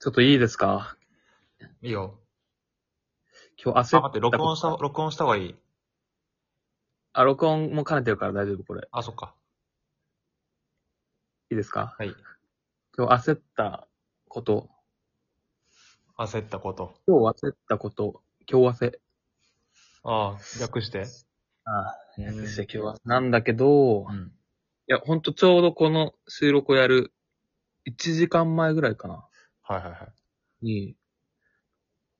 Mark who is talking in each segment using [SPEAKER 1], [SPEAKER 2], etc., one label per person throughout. [SPEAKER 1] ちょっといいですか
[SPEAKER 2] いいよ。
[SPEAKER 1] 今日焦
[SPEAKER 2] あ、
[SPEAKER 1] った
[SPEAKER 2] 待って、録音した、録音した方がいい。
[SPEAKER 1] あ、録音も兼ねてるから大丈夫、これ。
[SPEAKER 2] あ、そっか。
[SPEAKER 1] いいですか
[SPEAKER 2] はい。
[SPEAKER 1] 今日焦ったこと。
[SPEAKER 2] 焦ったこと。
[SPEAKER 1] 今日焦ったこと。今日焦。
[SPEAKER 2] ああ、略して。
[SPEAKER 1] ああ、略して今日
[SPEAKER 2] は。
[SPEAKER 1] 焦。なんだけど、
[SPEAKER 2] う
[SPEAKER 1] い
[SPEAKER 2] ん。
[SPEAKER 1] や、ほんとちょうどこの収録をやる1時間前ぐらいかな。
[SPEAKER 2] はいはいはい。
[SPEAKER 1] に、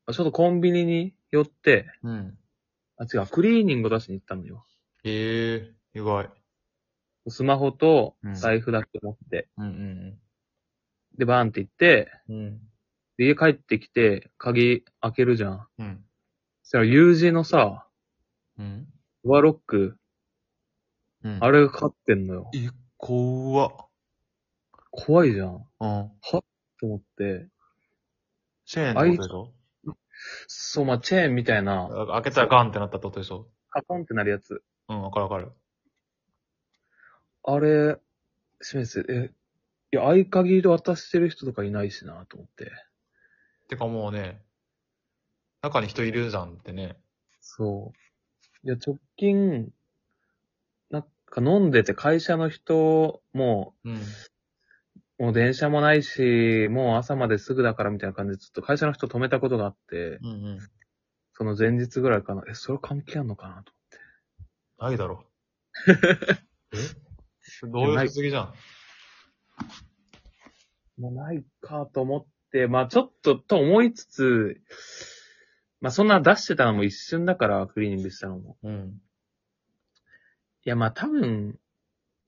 [SPEAKER 1] あちょっとコンビニに寄って、
[SPEAKER 2] うん。
[SPEAKER 1] あ、違う、クリーニングを出しに行ったのよ。
[SPEAKER 2] ええ意外。
[SPEAKER 1] スマホと
[SPEAKER 2] うん
[SPEAKER 1] 財布だけ持って、
[SPEAKER 2] うんうん
[SPEAKER 1] で、バーンって行って、
[SPEAKER 2] うん。うん。
[SPEAKER 1] で、家帰ってきて、鍵開けるじゃん。
[SPEAKER 2] うん。
[SPEAKER 1] そしたら友人のさ、
[SPEAKER 2] うん。
[SPEAKER 1] ドアロック、
[SPEAKER 2] うん
[SPEAKER 1] あ
[SPEAKER 2] れ
[SPEAKER 1] れがかかってんのよ。
[SPEAKER 2] え、怖っ。
[SPEAKER 1] 怖いじゃん。
[SPEAKER 2] うん。
[SPEAKER 1] と思って。
[SPEAKER 2] チェーンってことでしょ
[SPEAKER 1] そう、まあ、チェーンみたいな、
[SPEAKER 2] あ開けたらガンってなったってことでしょ
[SPEAKER 1] カコンってなるやつ。
[SPEAKER 2] うん、わかるわかる。
[SPEAKER 1] あれ、しめす、え、いや、合鍵で渡してる人とかいないしな、と思って。
[SPEAKER 2] てかもうね、中に人いるじゃんってね。
[SPEAKER 1] そう。いや、直近、なんか飲んでて会社の人も、
[SPEAKER 2] うん。
[SPEAKER 1] もう電車もないし、もう朝まですぐだからみたいな感じで、ちょっと会社の人止めたことがあって、
[SPEAKER 2] うんうん。
[SPEAKER 1] その前日ぐらいかな。え、それ関係あんのかなと。
[SPEAKER 2] ないだろ。え動揺しすぎじゃん。
[SPEAKER 1] もうないかと思って、まあちょっとと思いつつ、まあそんな出してたのも一瞬だから、クリーニングしたのも。
[SPEAKER 2] うん。
[SPEAKER 1] いやまあ多分、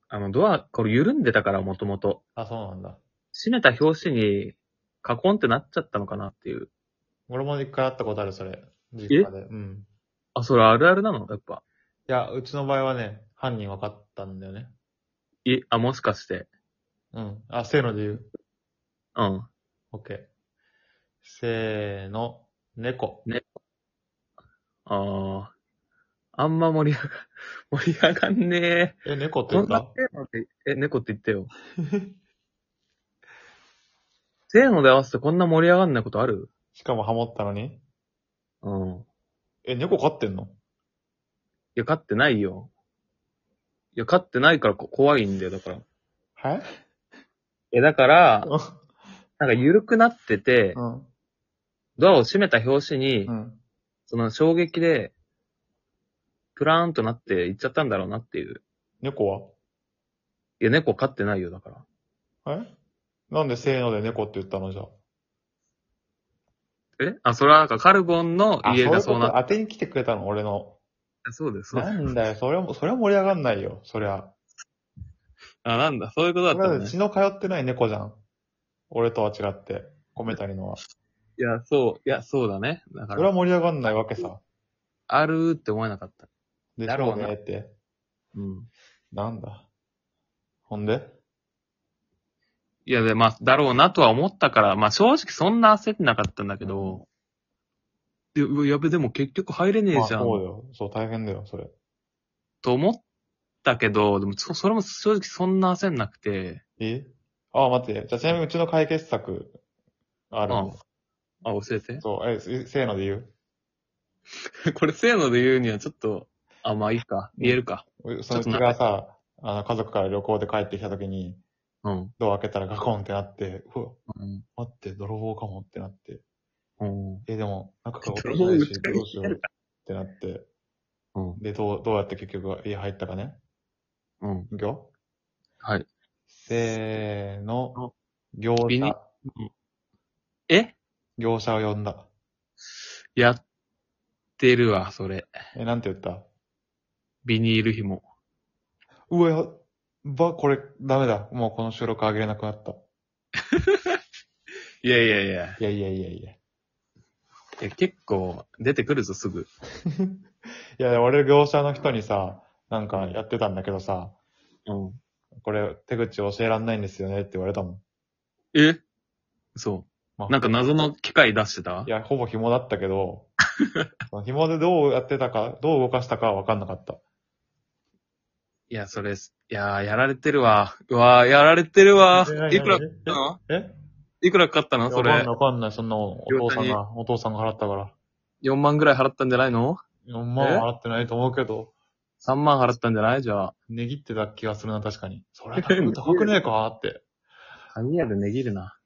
[SPEAKER 1] あのドア、これ緩んでたからもともと。
[SPEAKER 2] あ、そうなんだ。
[SPEAKER 1] 閉めた表紙に、カコンってなっちゃったのかなっていう。
[SPEAKER 2] 俺も一回会ったことある、それ。実家で。うん。
[SPEAKER 1] あ、それあるあるなのやっぱ。
[SPEAKER 2] いや、うちの場合はね、犯人分かったんだよね。
[SPEAKER 1] い、あ、もしかして。
[SPEAKER 2] うん。あ、せーので言う。
[SPEAKER 1] うん。
[SPEAKER 2] オッケー。せーの、猫。
[SPEAKER 1] ああ。あんま盛り上が、 盛り上がんね
[SPEAKER 2] え、猫っ
[SPEAKER 1] え。
[SPEAKER 2] て
[SPEAKER 1] こ
[SPEAKER 2] 言っ
[SPEAKER 1] んな
[SPEAKER 2] た
[SPEAKER 1] テーマで、え、猫って言ってよ。 せーので合わせてこんな盛り上がんないことある
[SPEAKER 2] しかもハモったのに。
[SPEAKER 1] うん。
[SPEAKER 2] え、猫飼ってんの
[SPEAKER 1] いや、飼ってないよ。いや、飼ってないからこ怖いんだよ、だから。
[SPEAKER 2] はい
[SPEAKER 1] え、だ から、
[SPEAKER 2] う
[SPEAKER 1] なんか緩くなってて、
[SPEAKER 2] ん。
[SPEAKER 1] ドアを閉めた拍子に、
[SPEAKER 2] うん。
[SPEAKER 1] その衝撃で、プラーンとなって行っちゃったんだろうなっていう。
[SPEAKER 2] 猫
[SPEAKER 1] いや、猫飼ってないよ、だから。
[SPEAKER 2] はえなんでせーので猫って言ったのじゃあ。
[SPEAKER 1] えあ、それはなんかカルボンの家がそうなっ
[SPEAKER 2] あいこと当てに来てくれたの、俺の。
[SPEAKER 1] た。そうです、そうで
[SPEAKER 2] な
[SPEAKER 1] す。
[SPEAKER 2] んだよ、それは、それは盛り上がんないよ、そりゃ。
[SPEAKER 1] あ、なんだ、そういうことだ
[SPEAKER 2] そ
[SPEAKER 1] っ
[SPEAKER 2] れ
[SPEAKER 1] た
[SPEAKER 2] は
[SPEAKER 1] のね
[SPEAKER 2] 血。の通ってない猫じゃん。俺とは違って、米谷のは。
[SPEAKER 1] いや、そう、いや、そうだね。だか
[SPEAKER 2] それは
[SPEAKER 1] ら、
[SPEAKER 2] 盛り上がんないわけさ。
[SPEAKER 1] あるーって思えなかった。
[SPEAKER 2] で
[SPEAKER 1] だ
[SPEAKER 2] し
[SPEAKER 1] ろ
[SPEAKER 2] ょ
[SPEAKER 1] う
[SPEAKER 2] う
[SPEAKER 1] な
[SPEAKER 2] ねって。
[SPEAKER 1] うん。
[SPEAKER 2] なんだ。ほんで
[SPEAKER 1] いや、で、まあ、だろうなとは思ったから、まあ、正直そんな焦ってなかったんだけど、でうわやべ、でも結局入れね
[SPEAKER 2] ま
[SPEAKER 1] え
[SPEAKER 2] あ
[SPEAKER 1] じゃん、
[SPEAKER 2] そうよ。そう、大変だよ、それ。
[SPEAKER 1] と思ったけど、でもそ、それも正直そんな焦んなくて、
[SPEAKER 2] えあ、待って。じゃあ、ちなみにうちの解決策、あるの。。
[SPEAKER 1] あ、教えて
[SPEAKER 2] そう、え、せせーので言う
[SPEAKER 1] これ、せーので言うにはちょっと、あ、まあいいか、言えるか。
[SPEAKER 2] う
[SPEAKER 1] ち
[SPEAKER 2] そ
[SPEAKER 1] ょ
[SPEAKER 2] の
[SPEAKER 1] っ
[SPEAKER 2] う
[SPEAKER 1] と
[SPEAKER 2] ち
[SPEAKER 1] な
[SPEAKER 2] がさ、あの、家族から旅行で帰ってきた時に、
[SPEAKER 1] うん。
[SPEAKER 2] ドア開けたらガコンってなって、うわ、
[SPEAKER 1] うん。
[SPEAKER 2] 待って、泥棒かもってなって。
[SPEAKER 1] うん。
[SPEAKER 2] え、でも、中から
[SPEAKER 1] 泥
[SPEAKER 2] 落
[SPEAKER 1] 棒
[SPEAKER 2] と
[SPEAKER 1] う
[SPEAKER 2] し
[SPEAKER 1] ち
[SPEAKER 2] ないし、どうしようってなって。
[SPEAKER 1] うん。
[SPEAKER 2] で、どう、どうやって結局家入ったかね
[SPEAKER 1] うん。
[SPEAKER 2] いくよ
[SPEAKER 1] はい。
[SPEAKER 2] せーの、業
[SPEAKER 1] ビニ
[SPEAKER 2] 者、
[SPEAKER 1] え
[SPEAKER 2] 業者を呼んだ。
[SPEAKER 1] やってるわ、それ。
[SPEAKER 2] え、なんて言った
[SPEAKER 1] ビニール紐。
[SPEAKER 2] うわ、やば、これ、ダメだ。もうこの収録上げれなくなった。い
[SPEAKER 1] いやいやいや。
[SPEAKER 2] やいやいやいや。い
[SPEAKER 1] いや、結構、出てくるぞ、すぐ。
[SPEAKER 2] や、俺業者の人にさ、なんかやってたんだけどさ、
[SPEAKER 1] うん。
[SPEAKER 2] これ手口教えらんないんですよねって言われたもん。
[SPEAKER 1] えそ
[SPEAKER 2] ま
[SPEAKER 1] う。なんか謎の機械出してた
[SPEAKER 2] いや、ほぼ紐だったけど、 その紐でどうやってたか、どう動かしたかは分かんなかった。
[SPEAKER 1] いや、それ、いやー、やられてるわ。うわー、やられてるわ
[SPEAKER 2] え。何
[SPEAKER 1] いくら
[SPEAKER 2] え
[SPEAKER 1] だったの
[SPEAKER 2] え
[SPEAKER 1] いいくらかかったのそ
[SPEAKER 2] わかんない
[SPEAKER 1] れ。
[SPEAKER 2] わかんない、そんなお
[SPEAKER 1] 両
[SPEAKER 2] 父さ
[SPEAKER 1] 手
[SPEAKER 2] ん
[SPEAKER 1] に
[SPEAKER 2] が、お父さんが払ったから。
[SPEAKER 1] 4万ぐらい払ったんじゃないの
[SPEAKER 2] 4万
[SPEAKER 1] え
[SPEAKER 2] は払ってないと思うけど、
[SPEAKER 1] ?3 万払ったんじゃないじゃあ。
[SPEAKER 2] 値切ってた気がするな、確かに。それ高く高くねえかって。
[SPEAKER 1] 紙屋で値切るな。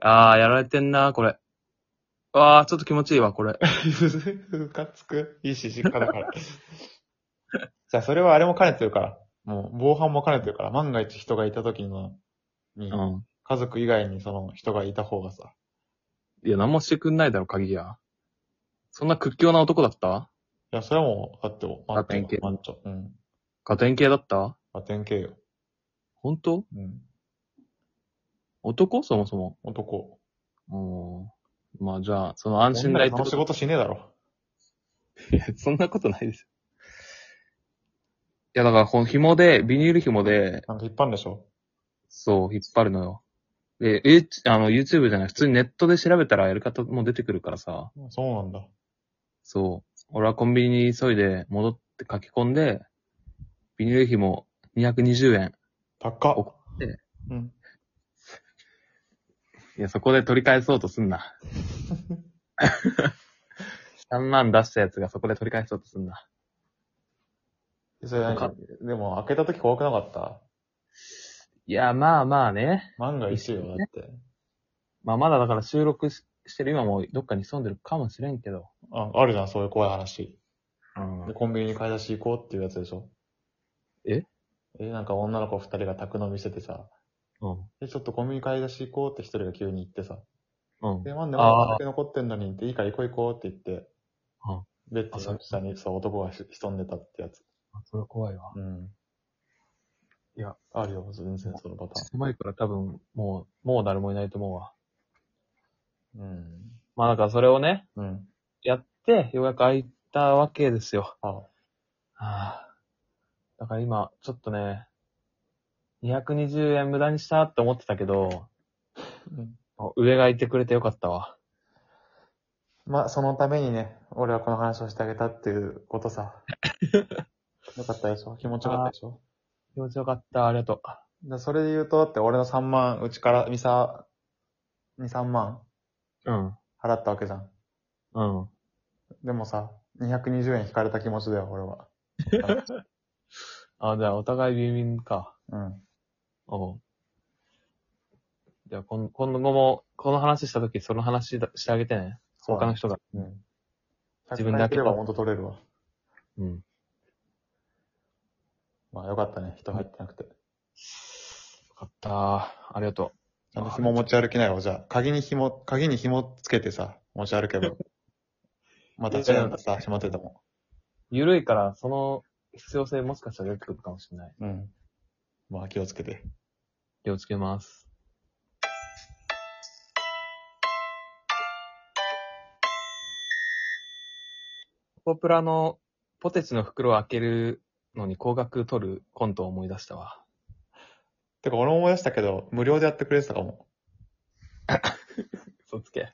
[SPEAKER 1] あー、やられてんな、これ。わー、ちょっと気持ちいいわ、これ。
[SPEAKER 2] うかつく。いいし、実家だから。じゃあ、それはあれも兼ねてるから。もう、防犯も兼ねてるから。万が一人がいた時の、に、
[SPEAKER 1] うん。
[SPEAKER 2] 家族以外にその人がいた方がさ。
[SPEAKER 1] いや、何もしてくんないだろ、鍵屋。そんな屈強な男だった
[SPEAKER 2] いや、それはもう、だって、マッチ
[SPEAKER 1] 典
[SPEAKER 2] ョ。
[SPEAKER 1] 型
[SPEAKER 2] マッチョ。うん。
[SPEAKER 1] ガテン系だった
[SPEAKER 2] まあ、典型よ。
[SPEAKER 1] 本当
[SPEAKER 2] うん。
[SPEAKER 1] 男そもそも。
[SPEAKER 2] 男。
[SPEAKER 1] うん。まあじゃあ、その安心
[SPEAKER 2] 女
[SPEAKER 1] 台
[SPEAKER 2] でその仕事しねえだろ。
[SPEAKER 1] いや そんなことないですよ。いや、だから、この紐で、ビニール紐で、
[SPEAKER 2] なんか一般でしょ。
[SPEAKER 1] そう、引っ張るのよ。で、え、あの、YouTube じゃない、普通にネットで調べたらやり方も出てくるからさ、
[SPEAKER 2] そうなんだ。
[SPEAKER 1] そう。俺はコンビニに急いで戻って書き込んで、ビニール紐220円。
[SPEAKER 2] 高っ。
[SPEAKER 1] で
[SPEAKER 2] うん。
[SPEAKER 1] いや、そこで取り返そうとすんな。3万出したやつがそこで取り返そうとすんな。
[SPEAKER 2] それ
[SPEAKER 1] 高っ
[SPEAKER 2] 何でも、開けた時怖くなかった
[SPEAKER 1] いや、まあまあね。
[SPEAKER 2] 万が一よ、だって。
[SPEAKER 1] まあまだだから収録ししてる今もどっかに潜んでるかもしれんけど。
[SPEAKER 2] あ、あるじゃん、そういう怖い話。
[SPEAKER 1] うん
[SPEAKER 2] で、。コンビニに買い出し行こうっていうやつでしょ。
[SPEAKER 1] え
[SPEAKER 2] え、なんか女の子二人が宅飲みしててさ、で、ちょっとコンビニ買い出し行こうって一人が急に言ってさ、
[SPEAKER 1] うん。
[SPEAKER 2] で、なんで
[SPEAKER 1] あー
[SPEAKER 2] まだ酒残ってんのにって、いいから行こう行こうって言って、
[SPEAKER 1] うん
[SPEAKER 2] ベッドの下にそう男がひ潜んでたってやつ。
[SPEAKER 1] それは怖いわ。
[SPEAKER 2] うん。
[SPEAKER 1] いや、
[SPEAKER 2] あるよ、全然そのパター
[SPEAKER 1] 狭いから多分、もう、もう誰もいないと思うわ。
[SPEAKER 2] ン。
[SPEAKER 1] まあだからそれをね、
[SPEAKER 2] うん。うん。
[SPEAKER 1] やって、ようやく開いたわけですよ。
[SPEAKER 2] あ、
[SPEAKER 1] はあ、だから今、ちょっとね、220円無駄にしたって思ってたけど、
[SPEAKER 2] うん。
[SPEAKER 1] 上がいてくれてよかったわ。
[SPEAKER 2] まあ、そのためにね、俺はこの話をしてあげたっていうこ とさ。よかったでしょ気持ちよかったでしょ
[SPEAKER 1] 気持ちよかった、ありがと
[SPEAKER 2] だそれで言うと、だって俺の3万、うちから、ミサ、2、3万
[SPEAKER 1] う。うん。
[SPEAKER 2] 払ったわけじゃん。
[SPEAKER 1] うん。
[SPEAKER 2] でもさ、220円引かれた気持ちだよ、俺は。
[SPEAKER 1] あ、じゃあお互いビンビンか。
[SPEAKER 2] うん。
[SPEAKER 1] おうじゃあ今今後も、この話した時、その話だしてあげてね。
[SPEAKER 2] そう
[SPEAKER 1] 他
[SPEAKER 2] だ
[SPEAKER 1] の
[SPEAKER 2] ね
[SPEAKER 1] 人が。
[SPEAKER 2] うん。
[SPEAKER 1] 自
[SPEAKER 2] 自
[SPEAKER 1] 分
[SPEAKER 2] 分
[SPEAKER 1] で開け
[SPEAKER 2] で開け
[SPEAKER 1] た
[SPEAKER 2] れば元取れるわ。
[SPEAKER 1] うん。
[SPEAKER 2] まあよかったね、人入ってなくて。
[SPEAKER 1] よかったありがと
[SPEAKER 2] ちゃんと紐持ち歩きなよ、じゃあ。鍵に紐、鍵に紐つけてさ、持ち歩けば。またチェーンがさ、閉まってても。
[SPEAKER 1] う。緩いから、その必要性もしかしたら出てくるかもしれない。
[SPEAKER 2] うん。まあ気をつけて。
[SPEAKER 1] 気をつけます。ポプラのポテチの袋を開けるのに高額取るコントを思い出したわ。
[SPEAKER 2] てか俺も思い出したけど、無料でやってくれてたかも。
[SPEAKER 1] 嘘つけ。